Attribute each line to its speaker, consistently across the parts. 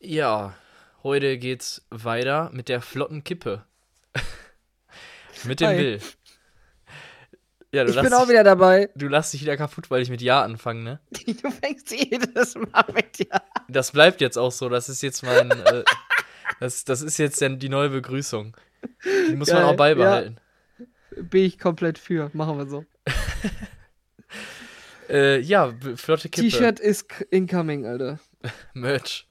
Speaker 1: Ja, heute geht's weiter mit der flotten Kippe. mit dem
Speaker 2: Hi.
Speaker 1: Bill. Ja, du
Speaker 2: Ich bin
Speaker 1: lachst,
Speaker 2: auch
Speaker 1: dich,
Speaker 2: wieder dabei.
Speaker 1: du lachst dich wieder kaputt, weil ich mit Ja anfange, ne?
Speaker 2: Du fängst jedes Mal mit dir an.
Speaker 1: Das bleibt jetzt auch so. Das ist jetzt mein. äh, das, das ist jetzt dann die neue Begrüßung. Die muss man
Speaker 2: Geil,
Speaker 1: auch beibehalten.
Speaker 2: Bin ich komplett für. Machen wir so.
Speaker 1: Ja, äh, ja b- flotte Kippe.
Speaker 2: T-Shirt ist k- incoming, Alter.
Speaker 1: Merch.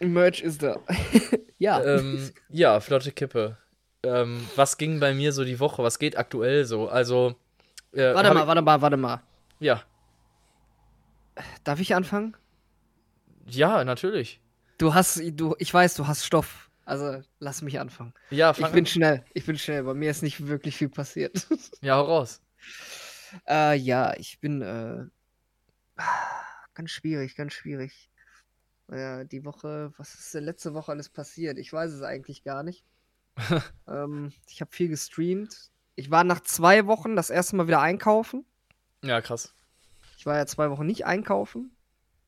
Speaker 2: Merch ist da. ja.
Speaker 1: Ähm, ja, flotte Kippe. Ähm, was ging bei mir so die Woche? Was geht aktuell so? Also. Äh,
Speaker 2: warte
Speaker 1: hab
Speaker 2: mal, warte mal, warte mal.
Speaker 1: Ich, ja.
Speaker 2: Darf ich anfangen?
Speaker 1: Ja, natürlich.
Speaker 2: Du hast, du, ich weiß, du hast Stoff. Also lass mich anfangen.
Speaker 1: Ja,
Speaker 2: Ich
Speaker 1: fang
Speaker 2: bin schnell. Ich bin schnell. Bei mir ist nicht wirklich viel passiert.
Speaker 1: an. Ja, hau raus.
Speaker 2: äh, ja, ich bin äh, ah, ganz schwierig, ganz schwierig. Ja, die Woche, was ist denn letzte Woche alles passiert? Ich weiß es eigentlich gar nicht. ähm, ich habe viel gestreamt. Ich war nach zwei Wochen das erste Mal wieder einkaufen.
Speaker 1: Ja, krass.
Speaker 2: Ich war ja zwei Wochen nicht einkaufen.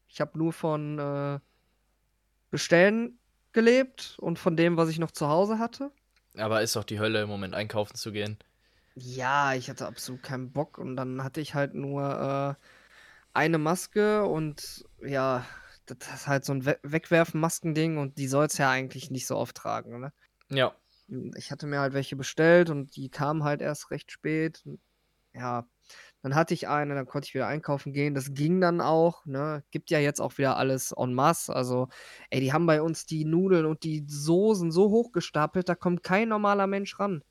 Speaker 2: Ich habe nur von äh, Bestellen gelebt und von dem, was ich noch zu Hause hatte.
Speaker 1: Aber ist doch die Hölle im Moment, einkaufen zu gehen.
Speaker 2: Ja, ich hatte absolut keinen Bock und dann hatte ich halt nur äh, eine Maske und ja, das ist halt so ein We Wegwerfen-Maskending und die soll's ja eigentlich nicht so oft tragen. Ne?
Speaker 1: Ja.
Speaker 2: Ich hatte mir halt welche bestellt und die kamen halt erst recht spät. Und, ja, dann hatte ich eine, dann konnte ich wieder einkaufen gehen. Das ging dann auch. Ne? Gibt ja jetzt auch wieder alles en masse. Also, ey, die haben bei uns die Nudeln und die Soßen so hochgestapelt, da kommt kein normaler Mensch ran.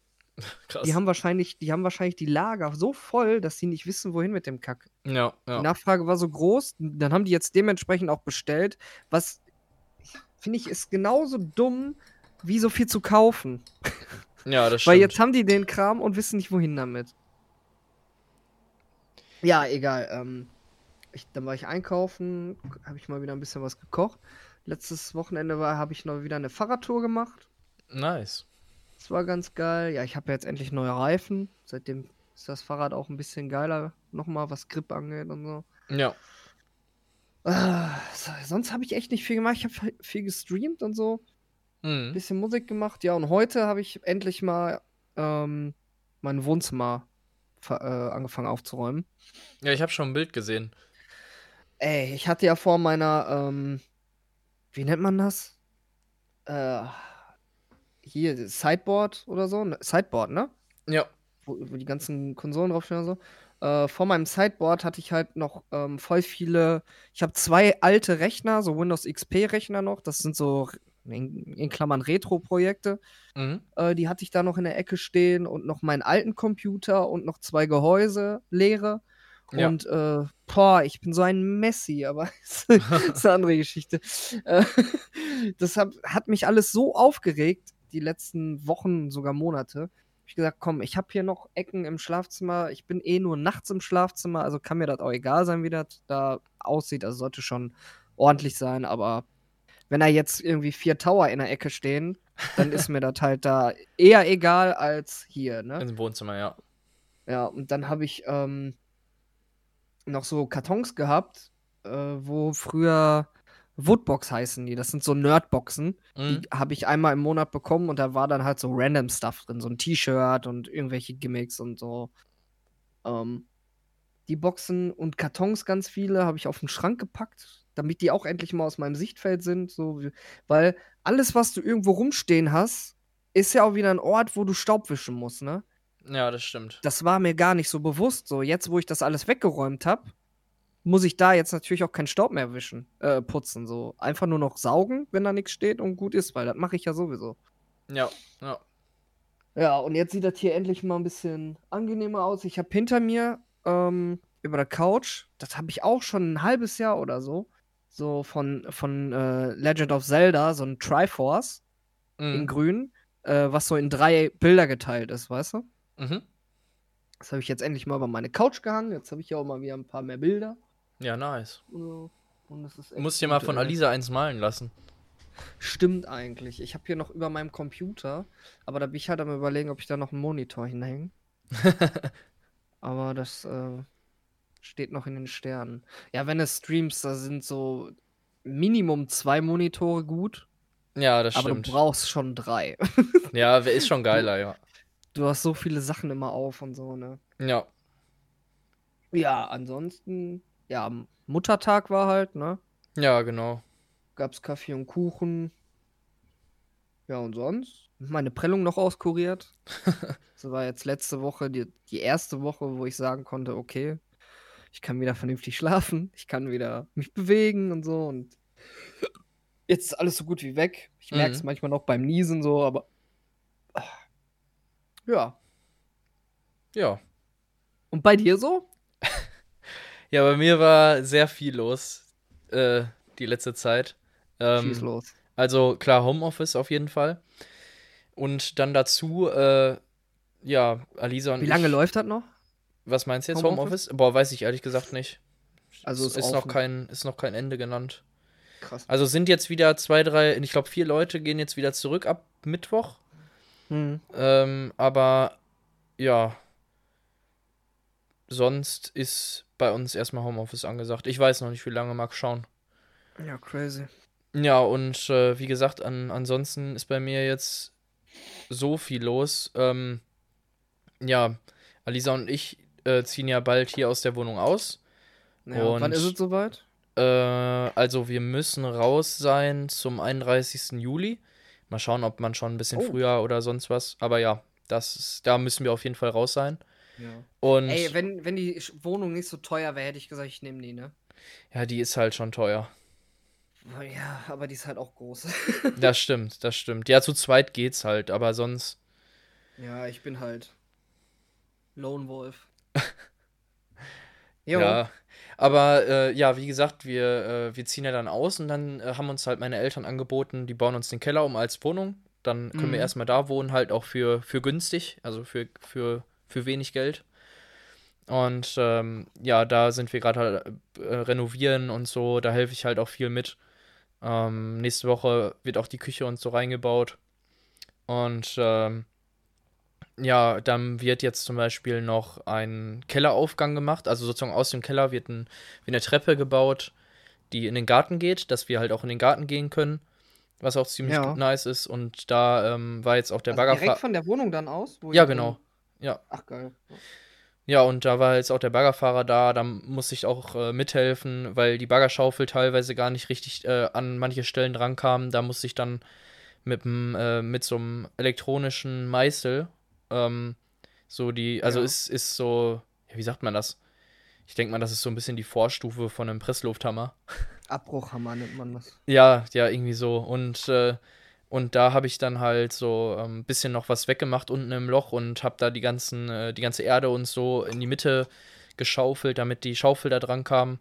Speaker 1: Krass.
Speaker 2: Die haben, wahrscheinlich, die haben wahrscheinlich die Lager so voll, dass sie nicht wissen, wohin mit dem Kack.
Speaker 1: ja,
Speaker 2: Die
Speaker 1: ja.
Speaker 2: Nachfrage war so groß, dann haben die jetzt dementsprechend auch bestellt, was finde ich ist genauso dumm, wie so viel zu kaufen.
Speaker 1: ja, das
Speaker 2: Weil
Speaker 1: stimmt.
Speaker 2: jetzt haben die den Kram und wissen nicht, wohin damit. Ja, egal. Ähm, ich, dann war ich einkaufen, habe ich mal wieder ein bisschen was gekocht. Letztes Wochenende habe ich noch wieder eine Fahrradtour gemacht.
Speaker 1: nice.
Speaker 2: Das war ganz geil. Ja, ich habe jetzt endlich neue Reifen. Seitdem ist das Fahrrad auch ein bisschen geiler. Nochmal, was Grip angeht und so.
Speaker 1: Ja.
Speaker 2: Ah, so- sonst habe ich echt nicht viel gemacht. Ich habe viel gestreamt und so. Ein
Speaker 1: Mhm.
Speaker 2: bisschen Musik gemacht. Ja, und heute habe ich endlich mal ähm, mein Wohnzimmer ver- äh, angefangen aufzuräumen.
Speaker 1: Ja, ich habe schon ein Bild gesehen.
Speaker 2: Ey, ich hatte ja vor meiner, ähm, wie nennt man das? Äh, hier, das Sideboard oder so. ne? Sideboard, ne?
Speaker 1: Ja.
Speaker 2: wo, wo die ganzen Konsolen draufstehen oder so. Äh, vor meinem Sideboard hatte ich halt noch ähm, voll viele. Ich habe zwei alte Rechner, so Windows XP-Rechner noch. Das sind so in, in Klammern Retro-Projekte.
Speaker 1: Mhm.
Speaker 2: Äh, die hatte ich da noch in der Ecke stehen und noch meinen alten Computer und noch zwei Gehäuse leere.
Speaker 1: Ja.
Speaker 2: Und äh, boah, ich bin so ein Messi, aber das ist eine andere Geschichte. Äh, das hab, hat mich alles so aufgeregt, die letzten Wochen, sogar Monate. Hab Ich gesagt, komm, ich habe hier noch Ecken im Schlafzimmer. Ich bin eh nur nachts im Schlafzimmer, also kann mir das auch egal sein, wie das da aussieht. Also sollte schon ordentlich sein, aber wenn da jetzt irgendwie vier Tower in der Ecke stehen, dann ist mir das halt da eher egal als hier, ne?
Speaker 1: Im Wohnzimmer, ja.
Speaker 2: Ja, und dann habe ich ähm, noch so Kartons gehabt, äh, wo früher Woodbox heißen die. Das sind so Nerdboxen.
Speaker 1: Mhm.
Speaker 2: Die habe ich einmal im Monat bekommen und da war dann halt so random Stuff drin. So ein T-Shirt und irgendwelche Gimmicks und so. Ähm, die Boxen und Kartons ganz viele habe ich auf den Schrank gepackt, damit die auch endlich mal aus meinem Sichtfeld sind. So, wie- weil alles, was du irgendwo rumstehen hast, ist ja auch wieder ein Ort, wo du Staub wischen musst, ne?
Speaker 1: Ja, das stimmt.
Speaker 2: das war mir gar nicht so bewusst. So, jetzt, wo ich das alles weggeräumt habe, muss ich da jetzt natürlich auch keinen Staub mehr wischen, äh, putzen. So, einfach nur noch saugen, wenn da nichts steht und gut ist, weil das mache ich ja sowieso.
Speaker 1: Ja, ja.
Speaker 2: Ja, und jetzt sieht das hier endlich mal ein bisschen angenehmer aus. Ich habe hinter mir ähm, über der Couch, das habe ich auch schon ein halbes Jahr oder so, so von, von äh, Legend of Zelda, so ein Triforce in
Speaker 1: Mhm.
Speaker 2: grün, äh, was so in drei Bilder geteilt ist, weißt du?
Speaker 1: Mhm.
Speaker 2: Das habe ich jetzt endlich mal über meine Couch gehangen. Jetzt habe ich ja auch mal wieder ein paar mehr Bilder.
Speaker 1: Ja, nice.
Speaker 2: Und so. Und das ist
Speaker 1: Du
Speaker 2: echt
Speaker 1: musst dir mal
Speaker 2: gut,
Speaker 1: von
Speaker 2: ey.
Speaker 1: Alisa eins malen lassen.
Speaker 2: Stimmt eigentlich. Ich habe hier noch über meinem Computer, aber da bin ich halt am überlegen, ob ich da noch einen Monitor hinhänge. aber das äh, steht noch in den Sternen. Ja, wenn es Streams, da sind so Minimum zwei Monitore gut.
Speaker 1: Ja, das
Speaker 2: aber
Speaker 1: stimmt.
Speaker 2: du brauchst schon drei.
Speaker 1: Ja, ist schon geiler, ja.
Speaker 2: Du hast so viele Sachen immer auf und so, ne?
Speaker 1: Ja,
Speaker 2: Ja, ansonsten, ja, am Muttertag war halt, ne?
Speaker 1: ja, genau.
Speaker 2: Gab's Kaffee und Kuchen. Ja, und sonst? Meine Prellung noch auskuriert. das war jetzt letzte Woche die, die erste Woche, wo ich sagen konnte, okay, ich kann wieder vernünftig schlafen, ich kann wieder mich bewegen und so und jetzt ist alles so gut wie weg. Ich
Speaker 1: Mhm.
Speaker 2: merk's merke es manchmal noch beim Niesen so, aber ah. ja.
Speaker 1: Ja.
Speaker 2: Und bei dir so?
Speaker 1: Ja, bei mir war sehr viel los äh, die letzte Zeit.
Speaker 2: Schieß
Speaker 1: Ähm,
Speaker 2: los.
Speaker 1: also klar, Homeoffice auf jeden Fall. Und dann dazu, äh, ja, Alisa und
Speaker 2: Wie lange
Speaker 1: ich,
Speaker 2: läuft das noch?
Speaker 1: was meinst du jetzt,
Speaker 2: Homeoffice?
Speaker 1: Homeoffice? Boah, weiß ich ehrlich gesagt nicht.
Speaker 2: Also
Speaker 1: ist,
Speaker 2: ist
Speaker 1: ist, noch
Speaker 2: offen.
Speaker 1: kein, ist noch kein Ende genannt.
Speaker 2: Krass.
Speaker 1: Also sind jetzt wieder zwei, drei, ich glaube vier Leute gehen jetzt wieder zurück ab Mittwoch.
Speaker 2: Hm.
Speaker 1: Ähm, aber ja, sonst ist bei uns erstmal Homeoffice angesagt. Ich weiß noch nicht, wie lange, mag schauen.
Speaker 2: Ja, crazy.
Speaker 1: Ja, und äh, wie gesagt, an, ansonsten ist bei mir jetzt so viel los. Ähm, ja, Alisa und ich äh, ziehen ja bald hier aus der Wohnung aus.
Speaker 2: Ja, und wann
Speaker 1: Und-
Speaker 2: ist es soweit?
Speaker 1: Äh, also wir müssen raus sein zum 31. Juli. Mal schauen, ob man schon ein bisschen
Speaker 2: Oh.
Speaker 1: früher oder sonst was. Aber ja, das ist, da müssen wir auf jeden Fall raus sein.
Speaker 2: Ja.
Speaker 1: Und
Speaker 2: Ey, wenn, wenn die Sch- Wohnung nicht so teuer wäre, hätte ich gesagt, ich nehme die, ne?
Speaker 1: ja, die ist halt schon teuer.
Speaker 2: Ja, aber die ist halt auch groß.
Speaker 1: Das stimmt, das stimmt. Ja, zu zweit geht's halt, aber sonst.
Speaker 2: ja, ich bin halt Lone Wolf.
Speaker 1: Ja. Aber äh, ja, wie gesagt, wir, äh, wir ziehen ja dann aus und dann äh, haben uns halt meine Eltern angeboten, die bauen uns den Keller um als Wohnung. Dann können wir
Speaker 2: Mhm.
Speaker 1: erstmal da wohnen, halt auch für, für günstig, also für, für, für wenig Geld. Und ähm, ja, da sind wir gerade halt, äh, renovieren und so, da helfe ich halt auch viel mit. Ähm, nächste Woche wird auch die Küche und so reingebaut. Und ähm, ja, dann wird jetzt zum Beispiel noch ein Kelleraufgang gemacht. Also sozusagen aus dem Keller wird, ein, wird eine Treppe gebaut, die in den Garten geht, dass wir halt auch in den Garten gehen können. Was auch ziemlich
Speaker 2: Ja.
Speaker 1: nice ist. Und da ähm, war jetzt auch der
Speaker 2: Also
Speaker 1: Baggerfahrer.
Speaker 2: direkt von der Wohnung dann aus? wo
Speaker 1: Ja,
Speaker 2: ihr
Speaker 1: genau.
Speaker 2: wohnt?
Speaker 1: Ja.
Speaker 2: Ach, geil.
Speaker 1: Ja, und da war jetzt auch der Baggerfahrer da, da musste ich auch äh, mithelfen, weil die Baggerschaufel teilweise gar nicht richtig äh, an manche Stellen drankam. Da musste ich dann mit, dem, äh, mit so einem elektronischen Meißel, ähm, so die, also
Speaker 2: Ja.
Speaker 1: ist, ist so, ja, wie sagt man das? Ich denke mal, das ist so ein bisschen die Vorstufe von einem Presslufthammer.
Speaker 2: Abbruchhammer nennt man das.
Speaker 1: Ja, ja, irgendwie so. Und, äh, und da habe ich dann halt so ein ähm, bisschen noch was weggemacht unten im Loch und habe da die ganzen, äh, die ganze Erde und so in die Mitte geschaufelt, damit die Schaufel da dran kam.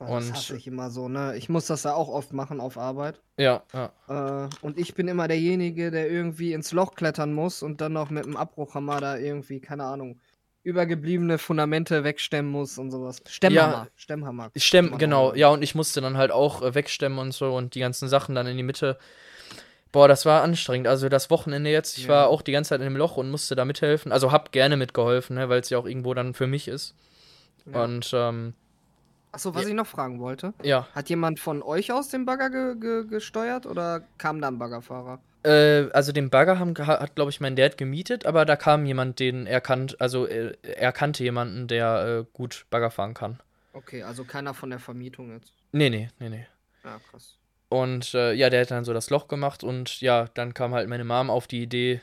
Speaker 2: Oh, das
Speaker 1: Und-
Speaker 2: hasse ich immer so, ne? Ich muss das ja auch oft machen auf Arbeit.
Speaker 1: Ja, ja.
Speaker 2: Äh, und ich bin immer derjenige, der irgendwie ins Loch klettern muss und dann noch mit dem Abbruchhammer da irgendwie, keine Ahnung, übergebliebene Fundamente wegstemmen muss und sowas. Stemmhammer. Stemmhammer.
Speaker 1: Ich stemm,
Speaker 2: Kann man auch
Speaker 1: genau,
Speaker 2: sagen.
Speaker 1: ja, und ich musste dann halt auch äh, wegstemmen und so und die ganzen Sachen dann in die Mitte. Boah, das war anstrengend. Also das Wochenende jetzt, ich
Speaker 2: Ja.
Speaker 1: war auch die ganze Zeit in dem Loch und musste da mithelfen. Also hab gerne mitgeholfen, ne, weil es ja auch irgendwo dann für mich ist.
Speaker 2: Ja.
Speaker 1: Und ähm,
Speaker 2: Achso, was
Speaker 1: Ja.
Speaker 2: ich noch fragen wollte.
Speaker 1: ja.
Speaker 2: Hat jemand von euch aus dem Bagger ge ge gesteuert oder kam da ein Baggerfahrer?
Speaker 1: Äh, also den Bagger haben, geha- hat, glaube ich, mein Dad gemietet, aber da kam jemand, den er kannt, also äh, er kannte jemanden, der äh, gut Bagger fahren kann.
Speaker 2: Okay, also keiner von der Vermietung jetzt.
Speaker 1: Nee, nee, nee, nee.
Speaker 2: Ja, krass.
Speaker 1: Und äh, ja, der hat dann so das Loch gemacht und ja, dann kam halt meine Mom auf die Idee,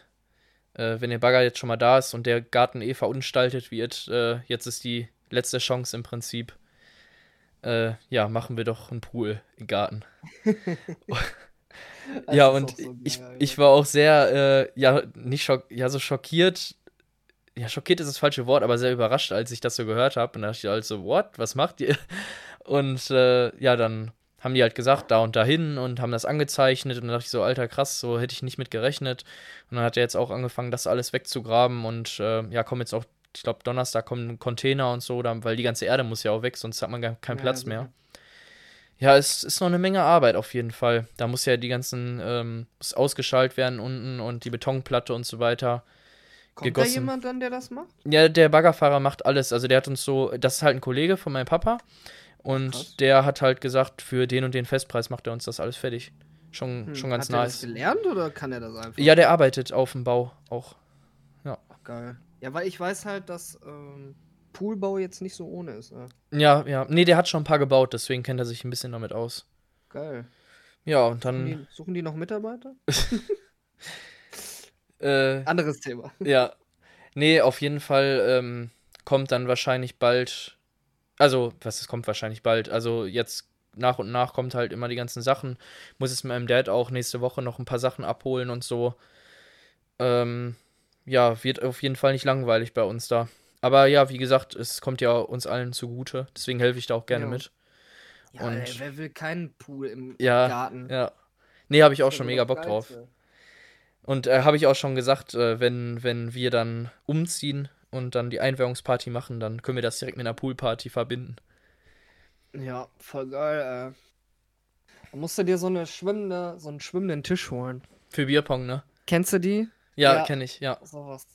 Speaker 1: äh, wenn der Bagger jetzt schon mal da ist und der Garten eh verunstaltet wird, äh, jetzt ist die letzte Chance im Prinzip. Äh, ja, machen wir doch einen Pool im Garten.
Speaker 2: Also
Speaker 1: ja, und ich, ich war auch sehr, äh, ja, nicht schock, ja, so schockiert. Ja, schockiert ist das falsche Wort, aber sehr überrascht, als ich das so gehört habe. Und da dachte ich halt so, what? Was macht ihr? Und äh, ja, dann haben die halt gesagt, da und dahin und haben das angezeichnet. Und dann dachte ich so, alter, krass, so hätte ich nicht mit gerechnet. Und dann hat er jetzt auch angefangen, das alles wegzugraben. Und äh, ja, kommen jetzt auch, ich glaube, Donnerstag kommen Container und so, dann, weil die ganze Erde muss ja auch weg, sonst hat man gar keinen
Speaker 2: Ja,
Speaker 1: Platz
Speaker 2: sicher.
Speaker 1: mehr. Ja, es ist noch eine Menge Arbeit auf jeden Fall. Da muss ja die ganzen, ähm, muss ausgeschaltet werden unten und die Betonplatte und so weiter.
Speaker 2: Kommt
Speaker 1: gegossen.
Speaker 2: da jemand dann, der das macht?
Speaker 1: Ja, der Baggerfahrer macht alles. Also der hat uns so, das ist halt ein Kollege von meinem Papa und
Speaker 2: Krass.
Speaker 1: der hat halt gesagt, für den und den Festpreis macht er uns das alles fertig. Schon,
Speaker 2: Hm,
Speaker 1: schon ganz
Speaker 2: Hat er das
Speaker 1: nice.
Speaker 2: gelernt oder kann er das einfach?
Speaker 1: Ja, der arbeitet auf dem Bau auch.
Speaker 2: Geil. Ja, weil ich weiß halt, dass ähm, Poolbau jetzt nicht so ohne ist. Ne?
Speaker 1: Ja, ja. Nee, der hat schon ein paar gebaut, deswegen kennt er sich ein bisschen damit aus.
Speaker 2: Geil.
Speaker 1: Ja, und
Speaker 2: Suchen
Speaker 1: dann.
Speaker 2: die, suchen die noch Mitarbeiter?
Speaker 1: Äh,
Speaker 2: Anderes Thema.
Speaker 1: ja. Nee, auf jeden Fall ähm, kommt dann wahrscheinlich bald. Also, was es kommt wahrscheinlich bald. Also, jetzt nach und nach kommt halt immer die ganzen Sachen. Muss jetzt mit meinem Dad auch nächste Woche noch ein paar Sachen abholen und so. Ähm, ja, wird auf jeden Fall nicht langweilig bei uns da. Aber ja, wie gesagt, es kommt ja uns allen zugute. Deswegen helfe ich da auch gerne
Speaker 2: Ja.
Speaker 1: mit.
Speaker 2: Ja,
Speaker 1: Und-
Speaker 2: ey, wer will keinen Pool im
Speaker 1: Ja,
Speaker 2: Garten?
Speaker 1: Ja. Nee, habe ich auch
Speaker 2: Das ist
Speaker 1: schon
Speaker 2: ja
Speaker 1: mega
Speaker 2: nur
Speaker 1: Bock
Speaker 2: das
Speaker 1: drauf.
Speaker 2: Geilste.
Speaker 1: Und äh, habe ich auch schon gesagt, äh, wenn, wenn wir dann umziehen und dann die Einweihungsparty machen, dann können wir das direkt mit einer Poolparty verbinden.
Speaker 2: Ja, voll geil, ey. Dann musst du dir so eine schwimmende, so einen schwimmenden Tisch holen.
Speaker 1: Für Bierpong, ne?
Speaker 2: Kennst du die?
Speaker 1: Ja,
Speaker 2: Ja.
Speaker 1: kenne ich, ja.
Speaker 2: Sowas.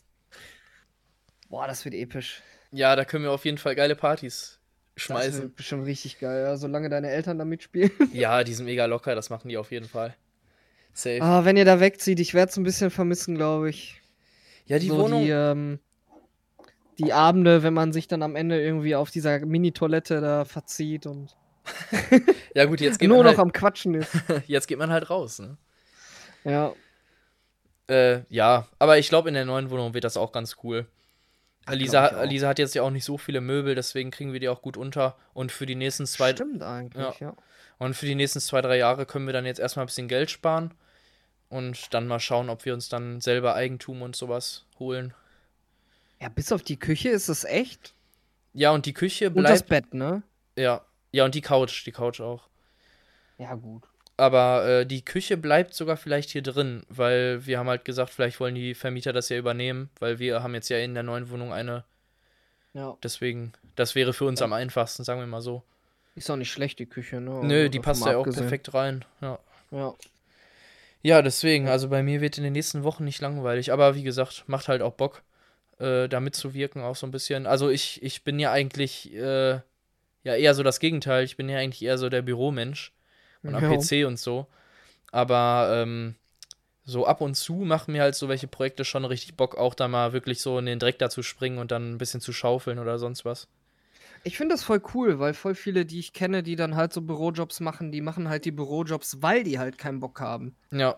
Speaker 2: Boah, das wird episch.
Speaker 1: Ja, da können wir auf jeden Fall geile Partys
Speaker 2: Das
Speaker 1: schmeißen.
Speaker 2: wird bestimmt richtig geil, ja, solange deine Eltern da mitspielen.
Speaker 1: Ja, die sind mega locker, das machen die auf jeden Fall. Safe.
Speaker 2: Ah, wenn ihr da wegzieht, ich werde es ein bisschen vermissen, glaube ich.
Speaker 1: ja, die
Speaker 2: so
Speaker 1: Wohnung.
Speaker 2: Die, ähm, die Abende, wenn man sich dann am Ende irgendwie auf dieser Mini-Toilette da verzieht und
Speaker 1: ja, gut, jetzt geht,
Speaker 2: äh, nur
Speaker 1: man
Speaker 2: noch
Speaker 1: halt,
Speaker 2: am Quatschen ist.
Speaker 1: jetzt geht man halt raus, ne?
Speaker 2: ja.
Speaker 1: Äh, ja, aber ich glaube, in der neuen Wohnung wird das auch ganz cool. Lisa,
Speaker 2: glaub ich auch.
Speaker 1: Lisa hat jetzt ja auch nicht so viele Möbel, deswegen kriegen wir die auch gut unter. Und für die nächsten zwei,
Speaker 2: Stimmt eigentlich, ja.
Speaker 1: Und für die nächsten zwei, drei Jahre können wir dann jetzt erstmal ein bisschen Geld sparen und dann mal schauen, ob wir uns dann selber Eigentum und sowas holen.
Speaker 2: Ja, bis auf die Küche ist es echt.
Speaker 1: Ja, und die Küche
Speaker 2: Und das
Speaker 1: bleibt.
Speaker 2: Bett, ne?
Speaker 1: Ja, ja, und die Couch, die Couch auch.
Speaker 2: Ja, gut.
Speaker 1: Aber äh, die Küche bleibt sogar vielleicht hier drin, weil wir haben halt gesagt, vielleicht wollen die Vermieter das ja übernehmen, weil wir haben jetzt ja in der neuen Wohnung eine.
Speaker 2: Ja.
Speaker 1: Deswegen, das wäre für uns am einfachsten, sagen wir mal so.
Speaker 2: Ist auch nicht schlecht, die Küche, ne?
Speaker 1: Nö,
Speaker 2: Also
Speaker 1: die
Speaker 2: davon
Speaker 1: passt
Speaker 2: mal
Speaker 1: ja auch
Speaker 2: abgesehen.
Speaker 1: perfekt rein. Ja.
Speaker 2: Ja.
Speaker 1: Ja, deswegen, also bei mir wird in den nächsten Wochen nicht langweilig, aber wie gesagt, macht halt auch Bock, äh, da mitzuwirken, auch so ein bisschen. Also ich, ich bin ja eigentlich äh, ja eher so das Gegenteil, ich bin ja eigentlich eher so der Büromensch und am
Speaker 2: Ja.
Speaker 1: PC und so. Aber ähm, so ab und zu machen mir halt so welche Projekte schon richtig Bock, auch da mal wirklich so in den Dreck dazu springen und dann ein bisschen zu schaufeln oder sonst was.
Speaker 2: Ich finde das voll cool, weil voll viele, die ich kenne, die dann halt so Bürojobs machen, die machen halt die Bürojobs, weil die halt keinen Bock haben.
Speaker 1: Ja,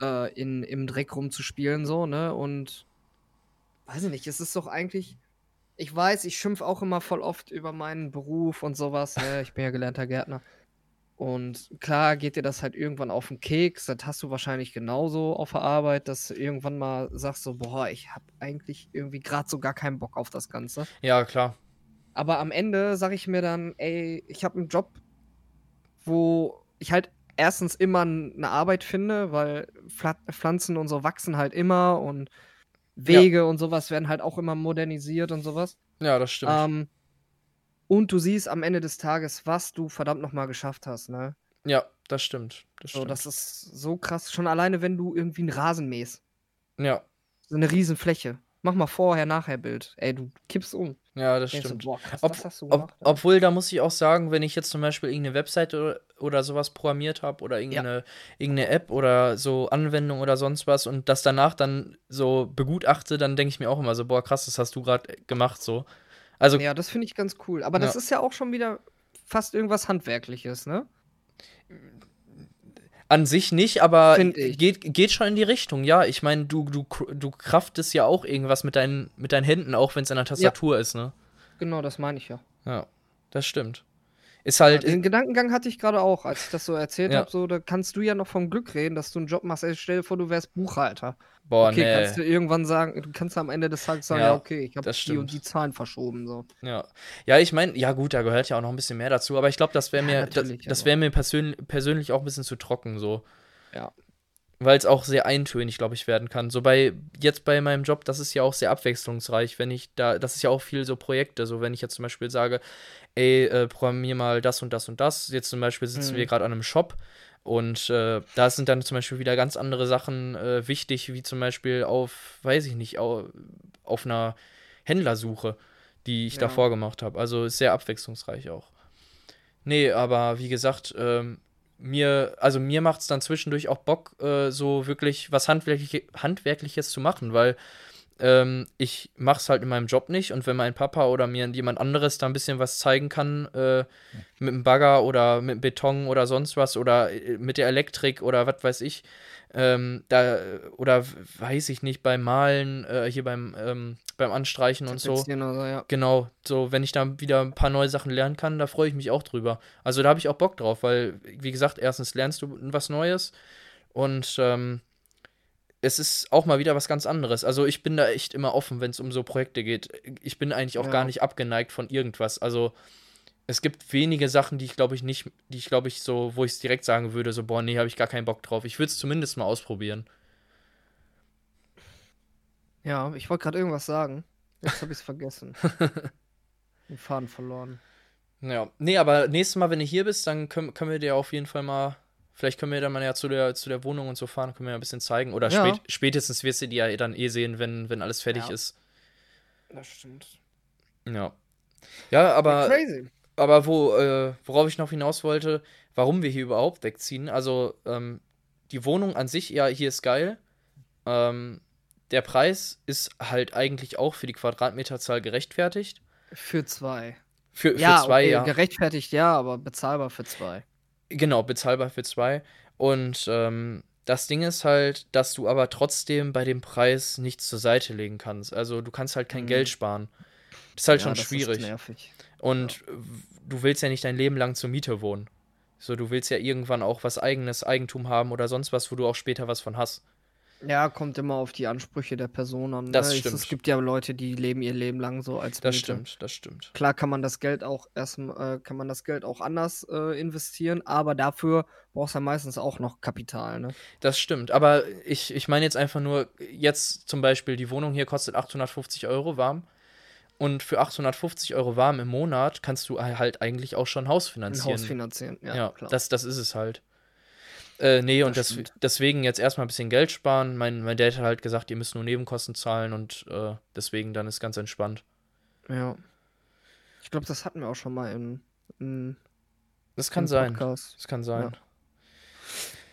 Speaker 2: äh, in, im Dreck rumzuspielen, so, ne? Und weiß ich nicht, es ist doch eigentlich. Ich weiß, ich schimpf auch immer voll oft über meinen Beruf und sowas. Ne? Ich bin ja gelernter Gärtner. Und klar geht dir das halt irgendwann auf den Keks. Das hast du wahrscheinlich genauso auf der Arbeit, dass du irgendwann mal sagst so, boah, ich habe eigentlich irgendwie gerade so gar keinen Bock auf das Ganze.
Speaker 1: ja, klar.
Speaker 2: Aber am Ende sage ich mir dann, ey, ich habe einen Job, wo ich halt erstens immer n- eine Arbeit finde, weil Pfla Pflanzen und so wachsen halt immer und Wege und sowas werden halt auch immer modernisiert und sowas.
Speaker 1: Ja, das stimmt.
Speaker 2: Ähm, und du siehst am Ende des Tages, was du verdammt nochmal geschafft hast, ne?
Speaker 1: ja, das stimmt. Das
Speaker 2: So,
Speaker 1: stimmt.
Speaker 2: das ist so krass. Schon alleine, wenn du irgendwie einen Rasen mähst.
Speaker 1: ja,
Speaker 2: So eine riesen Fläche. Mach mal Vorher-Nachher-Bild. Ey, du kippst um.
Speaker 1: ja, das
Speaker 2: Denkst du,
Speaker 1: stimmt.
Speaker 2: boah, krass,
Speaker 1: Ob-
Speaker 2: das hast du
Speaker 1: Ob,
Speaker 2: gemacht. ey.
Speaker 1: obwohl, da muss ich auch sagen, wenn ich jetzt zum Beispiel irgendeine Webseite oder, oder sowas programmiert habe oder irgendeine, irgendeine App oder so Anwendung oder sonst was und das danach dann so begutachte, dann denke ich mir auch immer so, boah, krass, das hast du gerade gemacht so. Also, ja,
Speaker 2: Ja, das finde ich ganz cool. Aber das
Speaker 1: Ja.
Speaker 2: ist ja auch schon wieder fast irgendwas Handwerkliches, ne?
Speaker 1: an sich nicht, aber
Speaker 2: Find ich.
Speaker 1: geht, geht schon in die Richtung, ja. Ich meine, du, du, kr- du kraftest ja auch irgendwas mit deinen, mit deinen Händen, auch wenn es an der Tastatur ist, ne?
Speaker 2: Genau, das meine ich ja.
Speaker 1: Ja, das stimmt. Ist halt,
Speaker 2: Den Gedankengang hatte ich gerade auch, als ich das so erzählt
Speaker 1: Ja.
Speaker 2: habe. So, da kannst du ja noch vom Glück reden, dass du einen Job machst. Ey, stell dir vor, du wärst Buchhalter.
Speaker 1: boah,
Speaker 2: okay,
Speaker 1: Oh, nee.
Speaker 2: kannst du irgendwann sagen, du kannst am Ende des Tages sagen,
Speaker 1: Ja,
Speaker 2: ja, okay, ich habe
Speaker 1: das
Speaker 2: die und
Speaker 1: stimmt.
Speaker 2: die Zahlen verschoben. So.
Speaker 1: Ja, ja, ich meine, ja gut, da gehört ja auch noch ein bisschen mehr dazu, aber ich glaube, das wäre
Speaker 2: Ja,
Speaker 1: mir, das,
Speaker 2: natürlich, also.
Speaker 1: das
Speaker 2: aber-
Speaker 1: wäre mir persön persönlich auch ein bisschen zu trocken so.
Speaker 2: Ja.
Speaker 1: Weil es auch sehr eintönig, glaube ich, werden kann. So bei, jetzt bei meinem Job, das ist ja auch sehr abwechslungsreich, wenn ich da, das ist ja auch viel so Projekte, so wenn ich jetzt zum Beispiel sage, ey, äh, programmier mal das und das und das. Jetzt zum Beispiel sitzen
Speaker 2: Mhm.
Speaker 1: wir gerade an einem Shop und äh, da sind dann zum Beispiel wieder ganz andere Sachen äh, wichtig, wie zum Beispiel auf, weiß ich nicht, auf, auf einer Händlersuche, die ich
Speaker 2: Ja.
Speaker 1: davor gemacht habe. Also ist sehr abwechslungsreich auch. Nee, aber wie gesagt, ähm, mir, also mir macht es dann zwischendurch auch Bock, äh, so wirklich was Handwerkliche, Handwerkliches zu machen, weil ähm, ich mach's halt in meinem Job nicht und wenn mein Papa oder mir jemand anderes da ein bisschen was zeigen kann, äh, mit dem Bagger oder mit dem Beton oder sonst was oder äh, mit der Elektrik oder was weiß ich, ähm, da oder weiß ich nicht, beim Malen, äh, hier beim, ähm, beim Anstreichen und so.
Speaker 2: Tapezieren oder so, ja.
Speaker 1: Genau, so wenn ich da wieder ein paar neue Sachen lernen kann, da freue ich mich auch drüber. Also da habe ich auch Bock drauf, weil, wie gesagt, erstens lernst du was Neues und ähm, es ist auch mal wieder was ganz anderes. Also ich bin da echt immer offen, wenn es um so Projekte geht. Ich bin eigentlich auch
Speaker 2: Ja.
Speaker 1: gar nicht abgeneigt von irgendwas. Also es gibt wenige Sachen, die ich glaube ich nicht, die ich glaube ich so, wo ich es direkt sagen würde, so boah, nee, habe ich gar keinen Bock drauf. Ich würde es zumindest mal ausprobieren.
Speaker 2: Ja, ich wollte gerade irgendwas sagen. Jetzt habe ich es vergessen. Den Faden verloren.
Speaker 1: Ja, nee, aber nächstes Mal, wenn du hier bist, dann können, können wir dir auf jeden Fall mal, vielleicht können wir dann mal ja zu der, zu der Wohnung und so fahren, können wir ja ein bisschen zeigen. Oder
Speaker 2: Ja.
Speaker 1: spät, spätestens wirst du die ja dann eh sehen, wenn, wenn alles fertig
Speaker 2: Ja.
Speaker 1: ist.
Speaker 2: Das stimmt.
Speaker 1: Ja. Ja, aber,
Speaker 2: Crazy.
Speaker 1: aber wo, äh, worauf ich noch hinaus wollte, warum wir hier überhaupt wegziehen. Also, ähm, die Wohnung an sich, ja, hier ist geil. Ähm, der Preis ist halt eigentlich auch für die Quadratmeterzahl gerechtfertigt.
Speaker 2: Für zwei.
Speaker 1: Für, für
Speaker 2: ja,
Speaker 1: zwei,
Speaker 2: okay,
Speaker 1: ja.
Speaker 2: gerechtfertigt ja, aber bezahlbar für zwei.
Speaker 1: Genau, bezahlbar für zwei. Und ähm, das Ding ist halt, dass du aber trotzdem bei dem Preis nichts zur Seite legen kannst. Also du kannst halt kein
Speaker 2: Mhm.
Speaker 1: Geld sparen. Das ist halt
Speaker 2: ja,
Speaker 1: schon
Speaker 2: das Ist
Speaker 1: schwierig.
Speaker 2: nervig.
Speaker 1: Und w- du willst ja nicht dein Leben lang zur Miete wohnen. So, du willst ja irgendwann auch was eigenes Eigentum haben oder sonst was, wo du auch später was von hast.
Speaker 2: Ja, kommt immer auf die Ansprüche der Person an.
Speaker 1: Das
Speaker 2: ne? Es-
Speaker 1: stimmt.
Speaker 2: Es gibt ja Leute, die leben ihr Leben lang so als
Speaker 1: Das
Speaker 2: Miete.
Speaker 1: stimmt, das stimmt.
Speaker 2: Klar kann man das Geld auch erstmal, äh, kann man das Geld auch anders äh, investieren, aber dafür brauchst du ja meistens auch noch Kapital, ne?
Speaker 1: Das stimmt. Aber ich, ich meine jetzt einfach nur, jetzt zum Beispiel, die Wohnung hier kostet 850 Euro warm. Und für 850 Euro warm im Monat kannst du halt eigentlich auch schon Haus
Speaker 2: Ein
Speaker 1: finanzieren.
Speaker 2: Haus finanzieren. Ja,
Speaker 1: ja,
Speaker 2: klar.
Speaker 1: Das, das ist es halt. Äh, nee, und
Speaker 2: Das
Speaker 1: das,
Speaker 2: stimmt.
Speaker 1: deswegen jetzt erstmal ein bisschen Geld sparen. Mein, mein Dad hat halt gesagt, ihr müsst nur Nebenkosten zahlen und äh, deswegen dann ist ganz entspannt.
Speaker 2: ja. Ich glaube, das hatten wir auch schon mal im, im,
Speaker 1: Das kann
Speaker 2: im
Speaker 1: sein.
Speaker 2: Podcast.
Speaker 1: Das kann sein.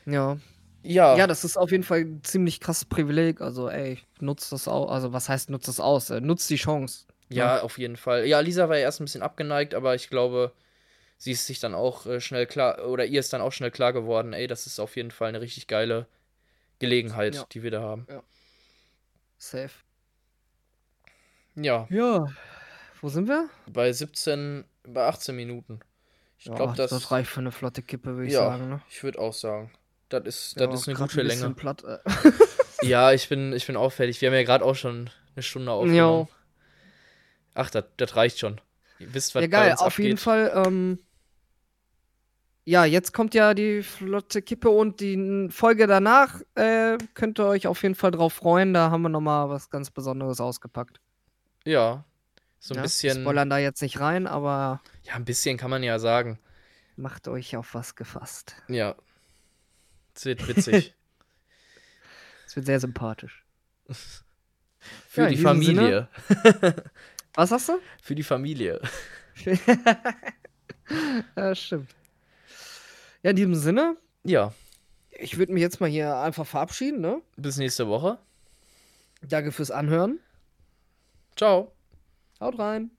Speaker 2: Ja.
Speaker 1: Ja,
Speaker 2: ja, das ist auf jeden Fall ein ziemlich krasses Privileg. Also, ey, nutzt das aus. Also, was heißt nutzt das aus? Äh, Nutzt die Chance.
Speaker 1: Ja, auf jeden Fall. Ja, Lisa war ja erst ein bisschen abgeneigt, aber ich glaube, sie ist sich dann auch äh, schnell klar, oder ihr ist dann auch schnell klar geworden, ey, das ist auf jeden Fall eine richtig geile Gelegenheit,
Speaker 2: Ja.
Speaker 1: die wir da haben.
Speaker 2: Safe.
Speaker 1: Ja,
Speaker 2: Ja. Wo sind wir?
Speaker 1: bei 17, bei 18 Minuten. Ich
Speaker 2: Ja,
Speaker 1: glaube, das,
Speaker 2: das reicht für eine flotte Kippe, würde ich
Speaker 1: Ja.
Speaker 2: sagen. Ne?
Speaker 1: ich würde auch sagen, das ist,
Speaker 2: Ja,
Speaker 1: das ist eine
Speaker 2: grad
Speaker 1: gute
Speaker 2: ein bisschen
Speaker 1: Länge.
Speaker 2: Platt, äh.
Speaker 1: Ja, ich bin, ich bin auch fertig. Wir haben ja gerade auch schon eine Stunde aufgenommen. Ach, das das reicht schon. Ihr wisst, was
Speaker 2: Ja,
Speaker 1: bei
Speaker 2: geil,
Speaker 1: uns
Speaker 2: auf jeden
Speaker 1: abgeht.
Speaker 2: Fall. Ähm, ja, jetzt kommt ja die flotte Kippe und die n- Folge danach äh, könnt ihr euch auf jeden Fall drauf freuen. Da haben wir nochmal was ganz Besonderes ausgepackt.
Speaker 1: Ja, so ein
Speaker 2: ja? Wir
Speaker 1: bisschen,
Speaker 2: spoilern da jetzt nicht rein, aber
Speaker 1: ja, ein bisschen kann man ja sagen.
Speaker 2: macht euch auf was gefasst.
Speaker 1: Ja. Es wird witzig.
Speaker 2: Es wird sehr sympathisch.
Speaker 1: Für
Speaker 2: Ja, in
Speaker 1: die
Speaker 2: diesem
Speaker 1: Familie.
Speaker 2: Was hast du?
Speaker 1: Für die Familie.
Speaker 2: ja, stimmt. Ja, in diesem Sinne,
Speaker 1: Ja,
Speaker 2: ich würde mich jetzt mal hier einfach verabschieden, ne?
Speaker 1: bis nächste Woche.
Speaker 2: Danke fürs Anhören.
Speaker 1: Ciao.
Speaker 2: Haut rein.